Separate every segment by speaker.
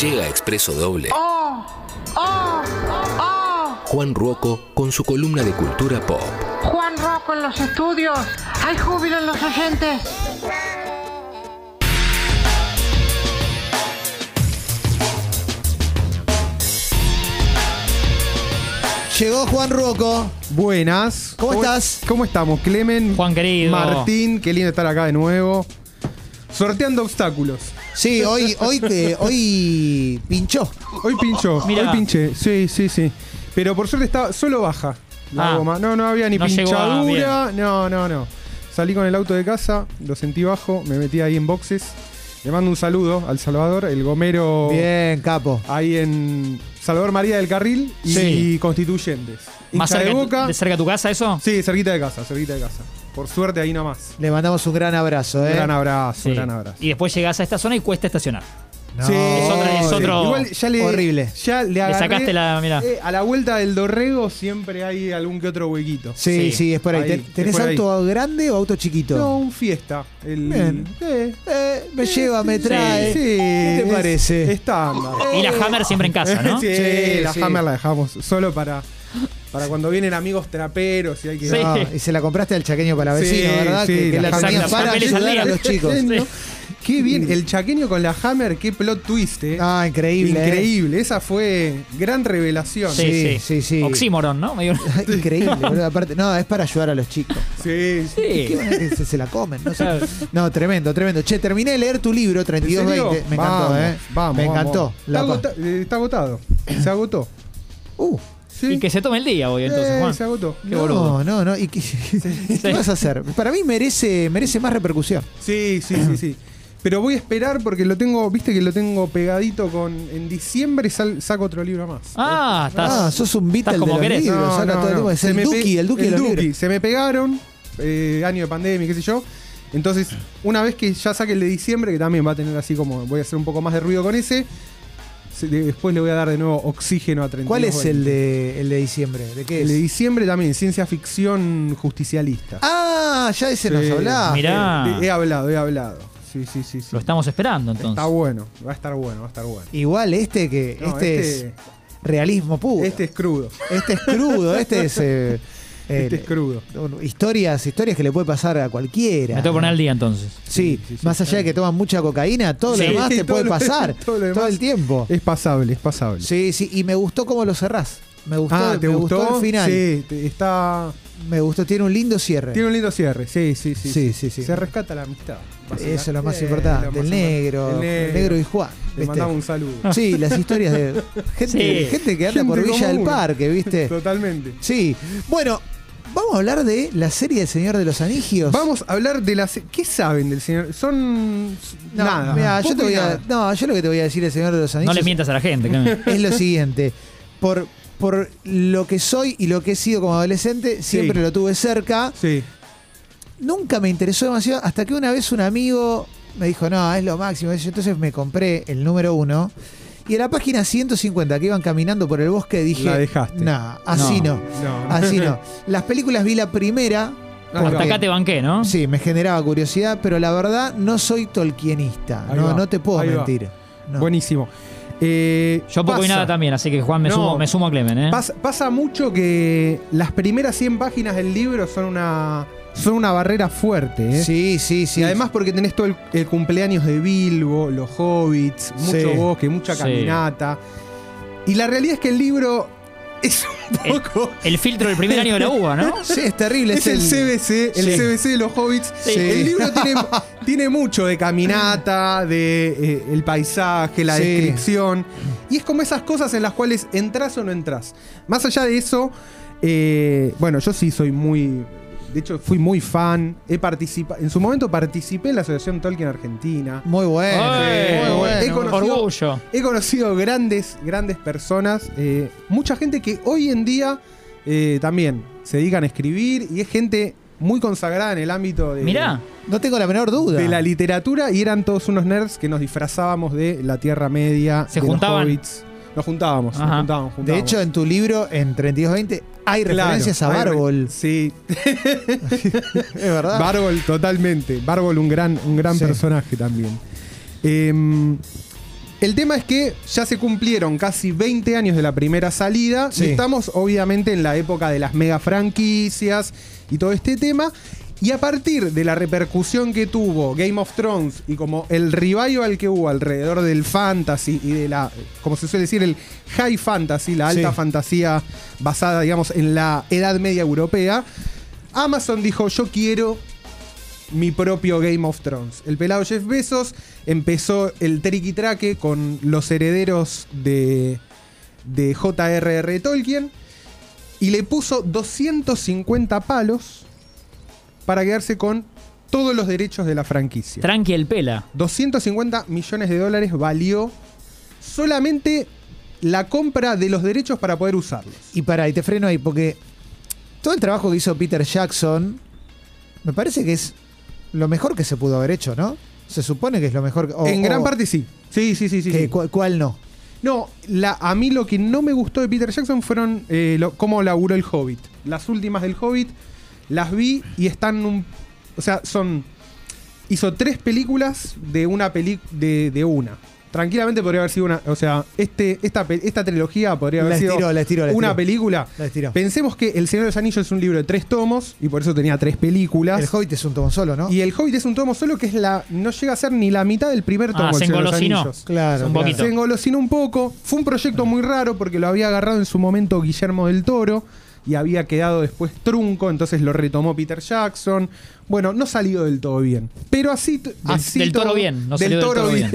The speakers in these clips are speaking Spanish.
Speaker 1: Llega Expreso Doble.
Speaker 2: ¡Oh! ¡Oh! ¡Oh!
Speaker 1: Juan Ruoco con su columna de cultura pop.
Speaker 2: Juan Rocco en los estudios. Hay júbilo en los oyentes.
Speaker 3: Llegó Juan Ruoco.
Speaker 4: Buenas.
Speaker 3: ¿Cómo estás?
Speaker 4: ¿Cómo estamos, Clemen?
Speaker 5: Juan querido.
Speaker 4: Martín, qué lindo estar acá de nuevo. Sorteando obstáculos.
Speaker 3: Sí, hoy, hoy, te- hoy pinchó.
Speaker 4: Hoy pinchó,
Speaker 5: Mirá.
Speaker 4: hoy pinché. Sí, sí, sí. Pero por suerte estaba solo baja la
Speaker 5: Ah.
Speaker 4: goma. No, no había ni
Speaker 5: No llegó a-
Speaker 4: pinchadura. No, no, no. Salí con el auto de casa, lo sentí bajo, me metí ahí en boxes. Le mando un saludo al Salvador, el gomero
Speaker 3: Bien, capo.
Speaker 4: ahí en Salvador María del Carril y,
Speaker 5: Sí.
Speaker 4: Constituyentes.
Speaker 5: Más
Speaker 4: Hincha
Speaker 5: cerca
Speaker 4: de
Speaker 5: tu-
Speaker 4: boca.
Speaker 5: de cerca a tu casa, eso.
Speaker 4: Sí, cerquita de casa, cerquita de casa. Por suerte ahí nomás.
Speaker 3: Le mandamos un gran abrazo, ¿eh?
Speaker 4: Gran abrazo,
Speaker 5: Sí.
Speaker 4: gran abrazo.
Speaker 5: Y después llegás a esta zona y cuesta estacionar.
Speaker 3: No.
Speaker 4: Sí,
Speaker 5: Es otra- es
Speaker 4: sí.
Speaker 5: otro-
Speaker 4: Igual ya le,
Speaker 3: Horrible.
Speaker 4: Ya le agarré-
Speaker 5: sacaste la- mirá.
Speaker 4: eh, a la vuelta del Dorrego siempre hay algún que otro huequito.
Speaker 3: Sí, sí,
Speaker 5: Sí.
Speaker 3: es por ahí.
Speaker 4: Ahí,
Speaker 3: Ten- ¿Tenés
Speaker 4: es por ahí.
Speaker 3: auto grande o auto chiquito?
Speaker 4: No, un fiesta. El,
Speaker 3: Bien.
Speaker 4: Eh,
Speaker 3: Eh, me
Speaker 4: eh,
Speaker 3: lleva, me
Speaker 4: sí,
Speaker 3: trae.
Speaker 4: Sí,
Speaker 3: ¿Qué te
Speaker 4: es-
Speaker 3: parece?
Speaker 4: Estándar.
Speaker 5: Y la Hammer siempre en casa, ¿no?
Speaker 4: Oh. sí,
Speaker 3: Sí,
Speaker 4: la
Speaker 3: sí.
Speaker 4: Hammer la dejamos solo para, para cuando vienen amigos traperos y hay que.
Speaker 5: Sí.
Speaker 3: Ah, y se la compraste al chaqueño para vecino,
Speaker 4: Sí,
Speaker 3: ¿verdad?
Speaker 4: sí,
Speaker 3: que, que la
Speaker 4: la
Speaker 3: tenía
Speaker 4: Hammer.
Speaker 3: para
Speaker 5: Papeles al
Speaker 3: ayudar a
Speaker 5: día.
Speaker 3: los chicos.
Speaker 4: Sí.
Speaker 5: Sí.
Speaker 4: Qué bien, el chaqueño con la Hammer, qué plot twist, eh.
Speaker 3: Ah, increíble. ¿eh?
Speaker 4: Increíble, esa fue gran revelación.
Speaker 5: Sí, sí,
Speaker 3: sí, sí.
Speaker 5: Oxímoron, ¿no? Medio-
Speaker 3: increíble, boludo. Aparte, no, es para ayudar a los chicos.
Speaker 4: Sí.
Speaker 3: ¿Qué
Speaker 5: Sí.
Speaker 3: van a hacer? se, se la comen, no sé.
Speaker 5: Claro.
Speaker 3: No, tremendo, tremendo. Che, terminé de leer tu libro,
Speaker 4: ¿En
Speaker 3: 3220.
Speaker 4: serio?
Speaker 3: Me encantó,
Speaker 4: Vamos,
Speaker 3: ¿eh?
Speaker 4: Vamos.
Speaker 3: Me
Speaker 4: vamos.
Speaker 3: encantó.
Speaker 4: Está,
Speaker 3: La pa-
Speaker 4: agota- eh, está agotado. Se agotó.
Speaker 3: Uh,
Speaker 4: Sí.
Speaker 5: Y que se tome el día hoy, entonces,
Speaker 4: Eh,
Speaker 5: Juan.
Speaker 4: se agotó.
Speaker 5: Qué boludo.
Speaker 3: no, no, no. ¿Y qué, qué vas a hacer? Para mí merece, merece más repercusión.
Speaker 4: Sí, sí, sí, sí. Pero voy a esperar porque lo tengo, viste que lo tengo pegadito con. En diciembre sal- saco otro libro más.
Speaker 5: Ah, estás.
Speaker 3: Ah, sos un Beatle
Speaker 5: estás
Speaker 3: de
Speaker 5: como
Speaker 3: los
Speaker 5: querés.
Speaker 3: libros, saca todo el tiempo. Es
Speaker 4: Se
Speaker 3: el
Speaker 4: me
Speaker 3: Duki,
Speaker 4: pe-
Speaker 3: el Duki de los libros.
Speaker 4: Se me pegaron, eh, año de pandemia, qué sé yo. Entonces, una vez que ya saque el de diciembre, que también va a tener así como. Voy a hacer un poco más de ruido con ese. se- de- Después le voy a dar de nuevo oxígeno a 30.
Speaker 3: ¿Cuál es el de, el de diciembre? ¿De qué
Speaker 4: El de
Speaker 3: es?
Speaker 4: diciembre también, ciencia ficción justicialista.
Speaker 3: Ah, ya ese
Speaker 4: Sí.
Speaker 3: nos hablaba.
Speaker 5: Mirá.
Speaker 4: Eh, He, hablado, he hablado. Sí, sí, sí. sí.
Speaker 5: Lo estamos esperando, entonces.
Speaker 4: Está bueno, va a estar bueno, va a estar bueno.
Speaker 3: Igual este que
Speaker 4: No,
Speaker 3: este, es realismo puro.
Speaker 4: este es crudo.
Speaker 3: Este es crudo, este es eh,
Speaker 4: Este
Speaker 3: el-
Speaker 4: es crudo.
Speaker 3: un- historias, historias que le puede pasar a cualquiera.
Speaker 5: Me tengo que poner al día, entonces.
Speaker 3: Sí,
Speaker 4: Sí, sí, sí,
Speaker 3: más allá de que toman mucha cocaína, todo
Speaker 5: Sí,
Speaker 3: lo demás te
Speaker 4: todo
Speaker 3: puede
Speaker 4: lo-
Speaker 3: pasar
Speaker 4: todo
Speaker 3: todo,
Speaker 4: lo demás. Eh.
Speaker 3: el tiempo.
Speaker 4: Es pasable, es pasable.
Speaker 3: Sí, sí, y me gustó cómo lo cerrás. Me gustó, me gustó? el final.
Speaker 4: Ah, Sí, te- está.
Speaker 3: Me gustó, tiene un lindo cierre.
Speaker 4: Tiene un lindo cierre. Sí, sí, sí.
Speaker 3: Sí, sí, sí.
Speaker 4: Se rescata la amistad. básicamente.
Speaker 3: Eso es lo más
Speaker 4: Eh,
Speaker 3: importante.
Speaker 4: lo
Speaker 3: el,
Speaker 4: más
Speaker 3: negro,
Speaker 4: importante.
Speaker 3: el negro y Juan.
Speaker 4: Le
Speaker 3: ¿viste?
Speaker 4: mandamos un saludo.
Speaker 3: Sí, las historias de gente,
Speaker 5: Sí.
Speaker 3: gente que anda por
Speaker 4: Gente
Speaker 3: Villa
Speaker 4: como
Speaker 3: del
Speaker 4: uno.
Speaker 3: Parque, ¿viste?
Speaker 4: Totalmente.
Speaker 3: Sí. Bueno, vamos a hablar de la serie del Señor de los Anigios.
Speaker 4: Vamos a hablar de las. ¿Qué saben del señor? Son.
Speaker 3: No,
Speaker 4: nada.
Speaker 3: mirá, yo te
Speaker 4: poco y
Speaker 3: voy a-
Speaker 4: nada.
Speaker 3: no, yo lo que te voy a decir del Señor de los
Speaker 5: No
Speaker 3: Anillos
Speaker 5: le mientas a la gente, créeme.
Speaker 3: es lo siguiente. Por, por lo que soy y lo que he sido como adolescente, siempre
Speaker 4: Sí.
Speaker 3: lo tuve cerca.
Speaker 4: Sí.
Speaker 3: Nunca me interesó demasiado hasta que una vez un amigo me dijo, no, es lo máximo. Entonces me compré el número uno. Y en la página 150 que iban caminando por el bosque dije,
Speaker 4: La dejaste.
Speaker 3: "Nah, así no.
Speaker 4: No.
Speaker 3: Así no. Las películas vi la primera.
Speaker 4: Ahí
Speaker 5: Hasta
Speaker 4: va.
Speaker 5: acá te banqué, ¿no?
Speaker 3: Sí, me generaba curiosidad, pero la verdad no soy tolkienista.
Speaker 4: Ahí
Speaker 3: No,
Speaker 4: va,
Speaker 3: no te puedo
Speaker 4: ahí va.
Speaker 3: mentir. No.
Speaker 4: Buenísimo. Eh,
Speaker 5: Yo poco y
Speaker 4: pasa-
Speaker 5: nada también, así que Juan, me,
Speaker 4: No.
Speaker 5: sumo, me sumo a Clemen, ¿eh?
Speaker 4: Pasa, pasa mucho que las primeras 100 páginas del libro son una, son una barrera fuerte. ¿eh?
Speaker 3: Sí, sí, sí.
Speaker 4: Y además porque tenés todo el, el cumpleaños de Bilbo, los hobbits, mucho
Speaker 3: Sí.
Speaker 4: bosque, mucha
Speaker 5: Sí.
Speaker 4: caminata. Y la realidad es que el libro es un
Speaker 5: El-
Speaker 4: poco...
Speaker 5: El filtro del primer año de la uva, ¿no?
Speaker 3: Sí, es terrible.
Speaker 4: Es el CBC, el
Speaker 3: Sí.
Speaker 4: CBC de los hobbits.
Speaker 5: Sí.
Speaker 4: El libro tiene, tiene mucho de caminata, de eh, el paisaje, la
Speaker 3: Sí.
Speaker 4: descripción. Y es como esas cosas en las cuales entras o no entras. Más allá de eso, eh, bueno, yo sí soy muy. De hecho, fui muy fan. He participa en su momento participé en la Asociación Tolkien Argentina.
Speaker 3: Muy bueno.
Speaker 5: ¡Ey!
Speaker 3: muy bueno.
Speaker 4: He conocido-
Speaker 5: Orgullo.
Speaker 4: He conocido grandes, grandes personas, eh, mucha gente que hoy en día eh, también se dedican a escribir y es gente muy consagrada en el ámbito de,
Speaker 5: Mirá.
Speaker 3: No tengo la menor duda.
Speaker 4: de la literatura y eran todos unos nerds que nos disfrazábamos de la Tierra Media, de
Speaker 5: ¿Se
Speaker 4: los
Speaker 5: juntaban?
Speaker 4: hobbits. Nos juntábamos, nos
Speaker 5: Ajá.
Speaker 4: juntábamos,
Speaker 3: De
Speaker 4: juntábamos.
Speaker 3: hecho, en tu libro, en 3220, hay
Speaker 4: Claro,
Speaker 3: referencias a
Speaker 4: hay re-
Speaker 3: Bárbol.
Speaker 4: Sí,
Speaker 3: Es verdad.
Speaker 4: Bárbol, totalmente. Bárbol, un gran, un gran
Speaker 3: Sí.
Speaker 4: personaje también. Em, El tema es que ya se cumplieron casi 20 años de la primera salida.
Speaker 3: Sí.
Speaker 4: Y estamos obviamente en la época de las mega franquicias y todo este tema. Y a partir de la repercusión que tuvo Game of Thrones y como el revival que hubo alrededor del fantasy y de la, como se suele decir, el high fantasy, la alta
Speaker 3: Sí.
Speaker 4: fantasía basada, digamos, en la Edad Media Europea, Amazon dijo, yo quiero mi propio Game of Thrones. El pelado Jeff Bezos empezó el triqui traque con los herederos de, de J.R.R. Tolkien y le puso 250 palos para quedarse con todos los derechos de la franquicia.
Speaker 5: Tranqui el pela.
Speaker 4: 250 millones de dólares valió solamente la compra de los derechos para poder usarlos.
Speaker 3: Y para, y te freno ahí, porque todo el trabajo que hizo Peter Jackson me parece que es lo mejor que se pudo haber hecho, ¿no? Se supone que es lo mejor. que- o-
Speaker 4: en gran
Speaker 3: o
Speaker 4: parte sí. Sí, sí, sí, sí.
Speaker 3: que
Speaker 4: sí.
Speaker 3: cu- ¿Cuál no?
Speaker 4: No, la- a mí lo que no me gustó de Peter Jackson fueron eh, lo- cómo laburó el Hobbit. Las últimas del Hobbit las vi y están un... O sea, son... Hizo tres películas de una peli de, de una. Tranquilamente podría haber sido una... O sea, este, esta, pe- esta trilogía podría haber
Speaker 3: La
Speaker 4: sido
Speaker 3: estiró, la estiró, la
Speaker 4: una
Speaker 3: estiró.
Speaker 4: película.
Speaker 3: La estiró.
Speaker 4: Pensemos que El Señor de los Anillos es un libro de tres tomos y por eso tenía tres películas.
Speaker 3: El Hobbit es un tomo solo, ¿no?
Speaker 4: Y el Hobbit es un tomo solo que es la no llega a ser ni la mitad del primer
Speaker 5: Ah,
Speaker 4: tomo. El
Speaker 5: se
Speaker 4: Señor de los
Speaker 5: engolosinó.
Speaker 4: Anillos.
Speaker 3: claro.
Speaker 5: Un
Speaker 3: claro.
Speaker 5: poquito.
Speaker 4: Se engolosinó un poco. Fue un proyecto muy raro porque lo había agarrado en su momento Guillermo del Toro y había quedado después trunco, entonces lo retomó Peter Jackson. Bueno, no salió del todo bien. Pero así, t-
Speaker 5: Del,
Speaker 4: así
Speaker 5: del toro
Speaker 4: todo-
Speaker 5: bien. No salió del toro, bien.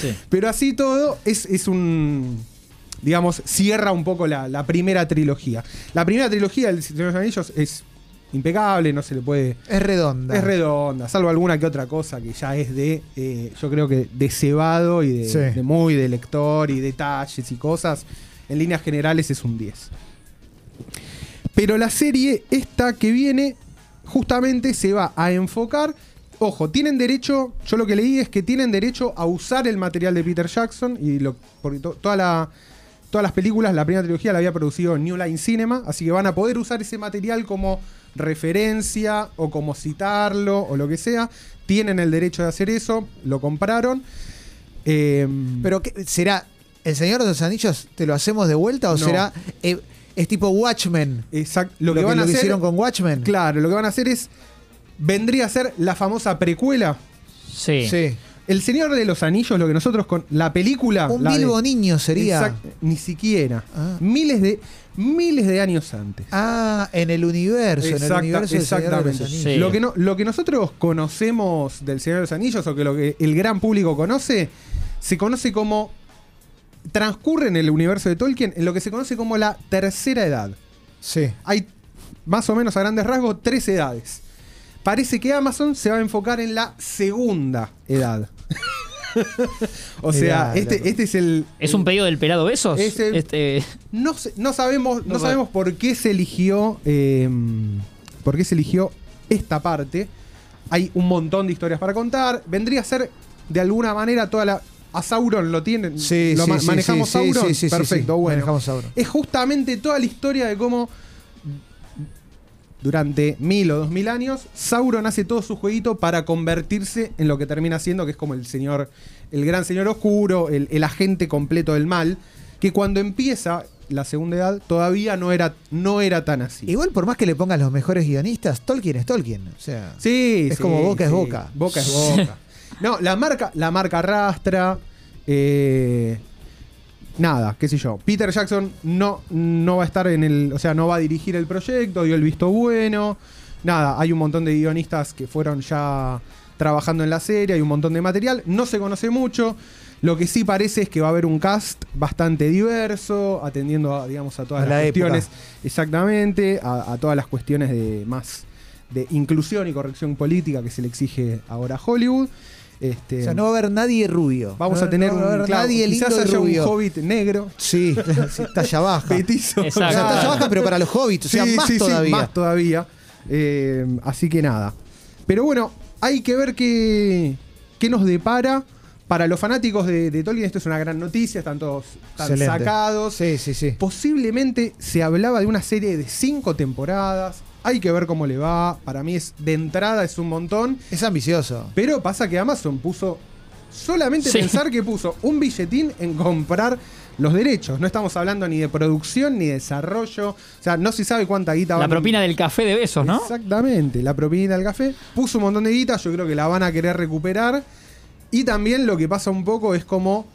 Speaker 5: Sí.
Speaker 4: Pero así todo es, es un. Digamos, cierra un poco la, la primera trilogía. La primera trilogía del Señor de los Anillos es impecable, no se le puede.
Speaker 3: Es redonda.
Speaker 4: Es redonda, salvo alguna que otra cosa que ya es de, eh, yo creo que de cebado y de,
Speaker 3: Sí.
Speaker 4: de muy de lector y detalles y cosas. En líneas generales es un 10. Pero la serie esta que viene justamente se va a enfocar. Ojo, tienen derecho, yo lo que leí es que tienen derecho a usar el material de Peter Jackson y lo, porque to- toda la- todas las películas, la primera trilogía la había producido New Line Cinema, así que van a poder usar ese material como referencia o como citarlo o lo que sea. Tienen el derecho de hacer eso, lo compraron. Eh,
Speaker 3: Pero qué- será El Señor de los Anillos te lo hacemos de vuelta o
Speaker 4: No.
Speaker 3: será eh, es tipo Watchmen.
Speaker 4: exact-
Speaker 3: Lo, que,
Speaker 4: van
Speaker 3: lo
Speaker 4: a
Speaker 3: que
Speaker 4: hacer
Speaker 3: hicieron con Watchmen.
Speaker 4: Claro, lo que van a hacer es. Vendría a ser la famosa precuela.
Speaker 5: Sí.
Speaker 3: Sí.
Speaker 4: El Señor de los Anillos, lo que nosotros con. La película.
Speaker 3: Un
Speaker 4: la de-
Speaker 3: Bilbo niño sería.
Speaker 4: Exact- ni siquiera.
Speaker 3: Ah.
Speaker 4: Miles de. Miles de años antes.
Speaker 3: Ah, en el universo, en el
Speaker 4: Exacta-
Speaker 3: universo del Señor de los
Speaker 4: exactamente.
Speaker 3: Anillos.
Speaker 5: Sí.
Speaker 4: Lo, que no- lo que nosotros conocemos del Señor de los Anillos, o que lo que el gran público conoce, se conoce como. transcurre en el universo de Tolkien, en lo que se conoce como la tercera edad.
Speaker 3: Sí.
Speaker 4: hay más o menos a grandes rasgos tres edades. Parece que Amazon se va a enfocar en la segunda edad. o sea,
Speaker 3: Mirá, loco.
Speaker 4: este, este es el.
Speaker 5: ¿Es un pedido del pelado Besos?
Speaker 4: Ese-
Speaker 5: Este,
Speaker 4: No, sé- no sabemos, no
Speaker 5: No,
Speaker 4: sabemos por qué se eligió. eh, por qué se eligió esta parte. Hay un montón de historias para contar. Vendría a ser de alguna manera toda la. A Sauron lo tienen.
Speaker 3: Sí,
Speaker 4: lo
Speaker 3: sí,
Speaker 4: ma-
Speaker 3: sí,
Speaker 4: manejamos
Speaker 3: sí, sí,
Speaker 4: Sauron.
Speaker 3: sí, sí, sí,
Speaker 4: Perfecto,
Speaker 3: sí.
Speaker 4: bueno
Speaker 3: Manejamos Sauron.
Speaker 4: es justamente toda la historia de cómo durante mil o dos mil años Sauron hace todo su jueguito para convertirse en lo que termina siendo, que es como el señor, el gran señor oscuro, el, el agente completo del mal, que cuando empieza la segunda edad todavía no era, no era tan así.
Speaker 3: Igual por más que le pongan los mejores guionistas, Tolkien es Tolkien. O sea,
Speaker 4: Sí,
Speaker 3: Es
Speaker 4: sí,
Speaker 3: como boca es
Speaker 4: sí.
Speaker 3: boca.
Speaker 4: Boca es boca. No, la marca, la marca arrastra. eh, nada, qué sé yo. Peter Jackson no, no va a estar en el. O sea, no va a dirigir el proyecto, dio el visto bueno. Nada, hay un montón de guionistas que fueron ya trabajando en la serie, hay un montón de material. No se conoce mucho. Lo que sí parece es que va a haber un cast bastante diverso, atendiendo, a, digamos, a todas
Speaker 3: A
Speaker 4: las
Speaker 3: la época.
Speaker 4: cuestiones Exactamente, a, a todas las cuestiones de más de inclusión y corrección política que se le exige ahora a Hollywood. Este,
Speaker 3: o sea, no va a haber nadie rubio.
Speaker 4: vamos
Speaker 3: No,
Speaker 4: a tener
Speaker 3: no va
Speaker 4: un
Speaker 3: haber
Speaker 4: claro,
Speaker 3: nadie
Speaker 4: quizás
Speaker 3: lindo y
Speaker 4: haya
Speaker 3: rubio.
Speaker 4: un hobbit negro,
Speaker 3: Sí, sí, talla baja.
Speaker 4: petizo.
Speaker 3: O sea,
Speaker 5: Exacto.
Speaker 3: talla baja, pero para los hobbits, o sea,
Speaker 4: Sí,
Speaker 3: más
Speaker 4: sí, sí,
Speaker 3: todavía.
Speaker 4: más todavía. Eh, así que nada. Pero bueno, hay que ver qué, qué nos depara. Para los fanáticos de, de Tolkien, esto es una gran noticia, están todos están
Speaker 3: Excelente.
Speaker 4: sacados.
Speaker 3: Sí, sí, sí.
Speaker 4: Posiblemente se hablaba de una serie de cinco temporadas. Hay que ver cómo le va. Para mí es de entrada es un montón.
Speaker 3: Es ambicioso.
Speaker 4: Pero pasa que Amazon puso Solamente
Speaker 5: Sí.
Speaker 4: pensar que puso un billetín en comprar los derechos. No estamos hablando ni de producción ni de desarrollo. O sea, no se sabe cuánta guita
Speaker 5: La
Speaker 4: van-
Speaker 5: propina del café de besos, ¿no?
Speaker 4: Exactamente, la propina del café. Puso un montón de guita, yo creo que la van a querer recuperar. Y también lo que pasa un poco es como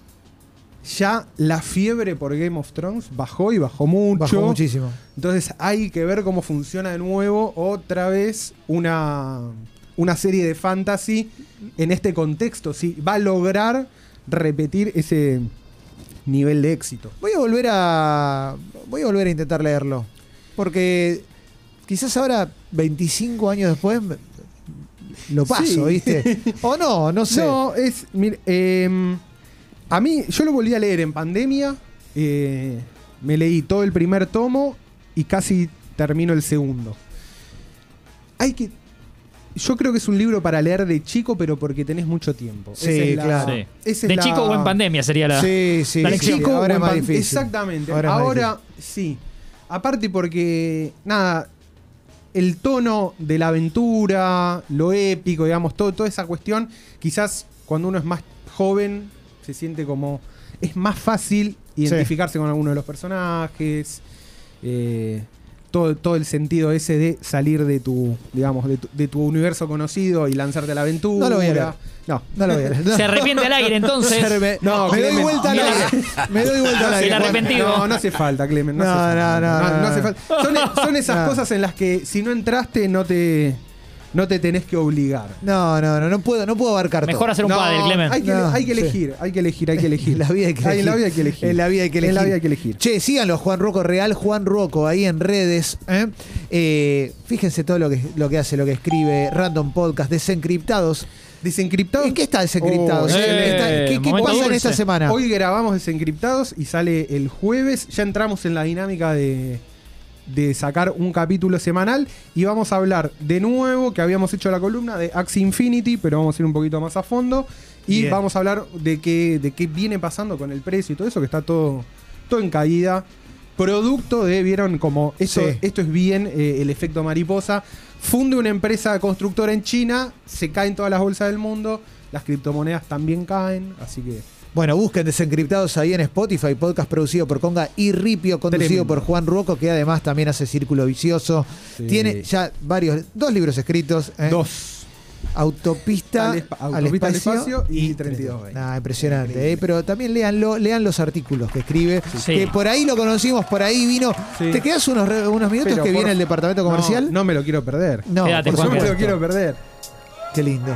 Speaker 4: ya la fiebre por Game of Thrones bajó y bajó mucho.
Speaker 3: Bajó muchísimo.
Speaker 4: Entonces hay que ver cómo funciona de nuevo otra vez una, una serie de fantasy en este contexto. Si va a lograr repetir ese nivel de éxito.
Speaker 3: Voy a volver a. Voy a volver a intentar leerlo. Porque quizás ahora, 25 años después, me- lo paso,
Speaker 4: Sí.
Speaker 3: ¿viste? O no, no sé.
Speaker 4: No, es. mir- eh, a mí, yo lo volví a leer en pandemia. eh, me leí todo el primer tomo y casi termino el segundo. Hay que. Yo creo que es un libro para leer de chico, pero porque tenés mucho tiempo.
Speaker 3: Sí,
Speaker 4: Esa es la-
Speaker 3: claro.
Speaker 5: Sí.
Speaker 4: esa es
Speaker 5: De
Speaker 4: la-
Speaker 5: chico o en pandemia sería la.
Speaker 3: sí, sí,
Speaker 5: la
Speaker 3: sí, sí,
Speaker 5: lección.
Speaker 4: Chico
Speaker 3: Ahora
Speaker 4: o
Speaker 3: es
Speaker 4: en
Speaker 3: más
Speaker 4: pan-
Speaker 3: difícil.
Speaker 4: Exactamente.
Speaker 3: Ahora
Speaker 4: Ahora,
Speaker 3: es más
Speaker 4: sí. Aparte porque, nada, el tono de la aventura, lo épico, digamos, todo, toda esa cuestión, quizás cuando uno es más joven se siente como... Es más fácil identificarse con alguno de los personajes. eh, todo, todo el sentido ese de salir de tu, digamos, de tu, de tu universo conocido y lanzarte a la aventura.
Speaker 3: lo voy a leer.
Speaker 4: No.
Speaker 3: No lo voy a leer. No.
Speaker 5: Se arrepiente al aire entonces.
Speaker 3: Me,
Speaker 4: No,
Speaker 3: me doy
Speaker 4: Clemen.
Speaker 3: vuelta al
Speaker 5: Mira.
Speaker 3: aire. Me doy vuelta al
Speaker 5: El
Speaker 3: aire.
Speaker 5: arrepentido.
Speaker 4: No, no hace falta, Clemen. No,
Speaker 3: No,
Speaker 4: hace falta.
Speaker 3: no, no, no.
Speaker 4: hace falta. Son, e- son esas
Speaker 3: No.
Speaker 4: cosas en las que si no entraste no te, no te tenés que obligar.
Speaker 3: No, no, no, no puedo, no puedo abarcar
Speaker 5: Mejor
Speaker 3: todo.
Speaker 5: hacer un
Speaker 4: No,
Speaker 5: padre, Clemen.
Speaker 4: Hay que,
Speaker 3: No,
Speaker 4: hay que
Speaker 3: sí.
Speaker 4: elegir, hay que elegir, hay que elegir.
Speaker 3: En la vida hay que
Speaker 4: Ay,
Speaker 3: elegir.
Speaker 4: En la vida hay que elegir.
Speaker 3: En la vida hay que elegir.
Speaker 4: En la vida hay que elegir.
Speaker 3: Che, síganlo, Juan Rocco Real, Juan Rocco, ahí en redes. ¿eh? Eh, fíjense todo lo que, lo que hace, lo que escribe, Random Podcast, Desencriptados.
Speaker 4: Desencriptados.
Speaker 3: ¿En qué está Desencriptados?
Speaker 4: Oh,
Speaker 5: Eh,
Speaker 4: excelente.
Speaker 3: Está- ¿Qué, qué
Speaker 5: momento
Speaker 3: pasa en
Speaker 5: dulce.
Speaker 3: esta semana?
Speaker 4: Hoy grabamos Desencriptados y sale el jueves. Ya entramos en la dinámica de, de sacar un capítulo semanal y vamos a hablar de nuevo, que habíamos hecho la columna de Axie Infinity, pero vamos a ir un poquito más a fondo. Y
Speaker 3: Bien.
Speaker 4: vamos a hablar de qué, de qué viene pasando con el precio y todo eso, que está todo, todo en caída. Producto de, vieron como esto,
Speaker 3: Sí.
Speaker 4: esto es bien eh, el efecto mariposa. Funde una empresa constructora en China, se caen todas las bolsas del mundo, las criptomonedas también caen, así que
Speaker 3: Bueno, busquen Desencriptados ahí en Spotify, podcast producido por Conga y Ripio, conducido
Speaker 4: Tremendo.
Speaker 3: por Juan Rocco, que además también hace Círculo Vicioso.
Speaker 4: Sí.
Speaker 3: Tiene ya varios, dos libros escritos. ¿eh?
Speaker 4: Dos.
Speaker 3: Autopista,
Speaker 4: Al espa- Autopista al espacio y 32.
Speaker 3: Nah, impresionante, ¿eh? pero también leanlo, lean los artículos que escribe.
Speaker 5: Sí.
Speaker 3: Que por ahí lo conocimos, por ahí vino.
Speaker 4: Sí.
Speaker 3: ¿Te quedas unos, re- unos minutos
Speaker 4: Pero
Speaker 3: que
Speaker 4: por-
Speaker 3: viene el departamento comercial?
Speaker 4: No, no me lo quiero perder.
Speaker 3: No,
Speaker 5: Quédate,
Speaker 3: por
Speaker 5: Juan,
Speaker 4: no me
Speaker 3: supuesto.
Speaker 4: lo quiero perder.
Speaker 3: Qué lindo.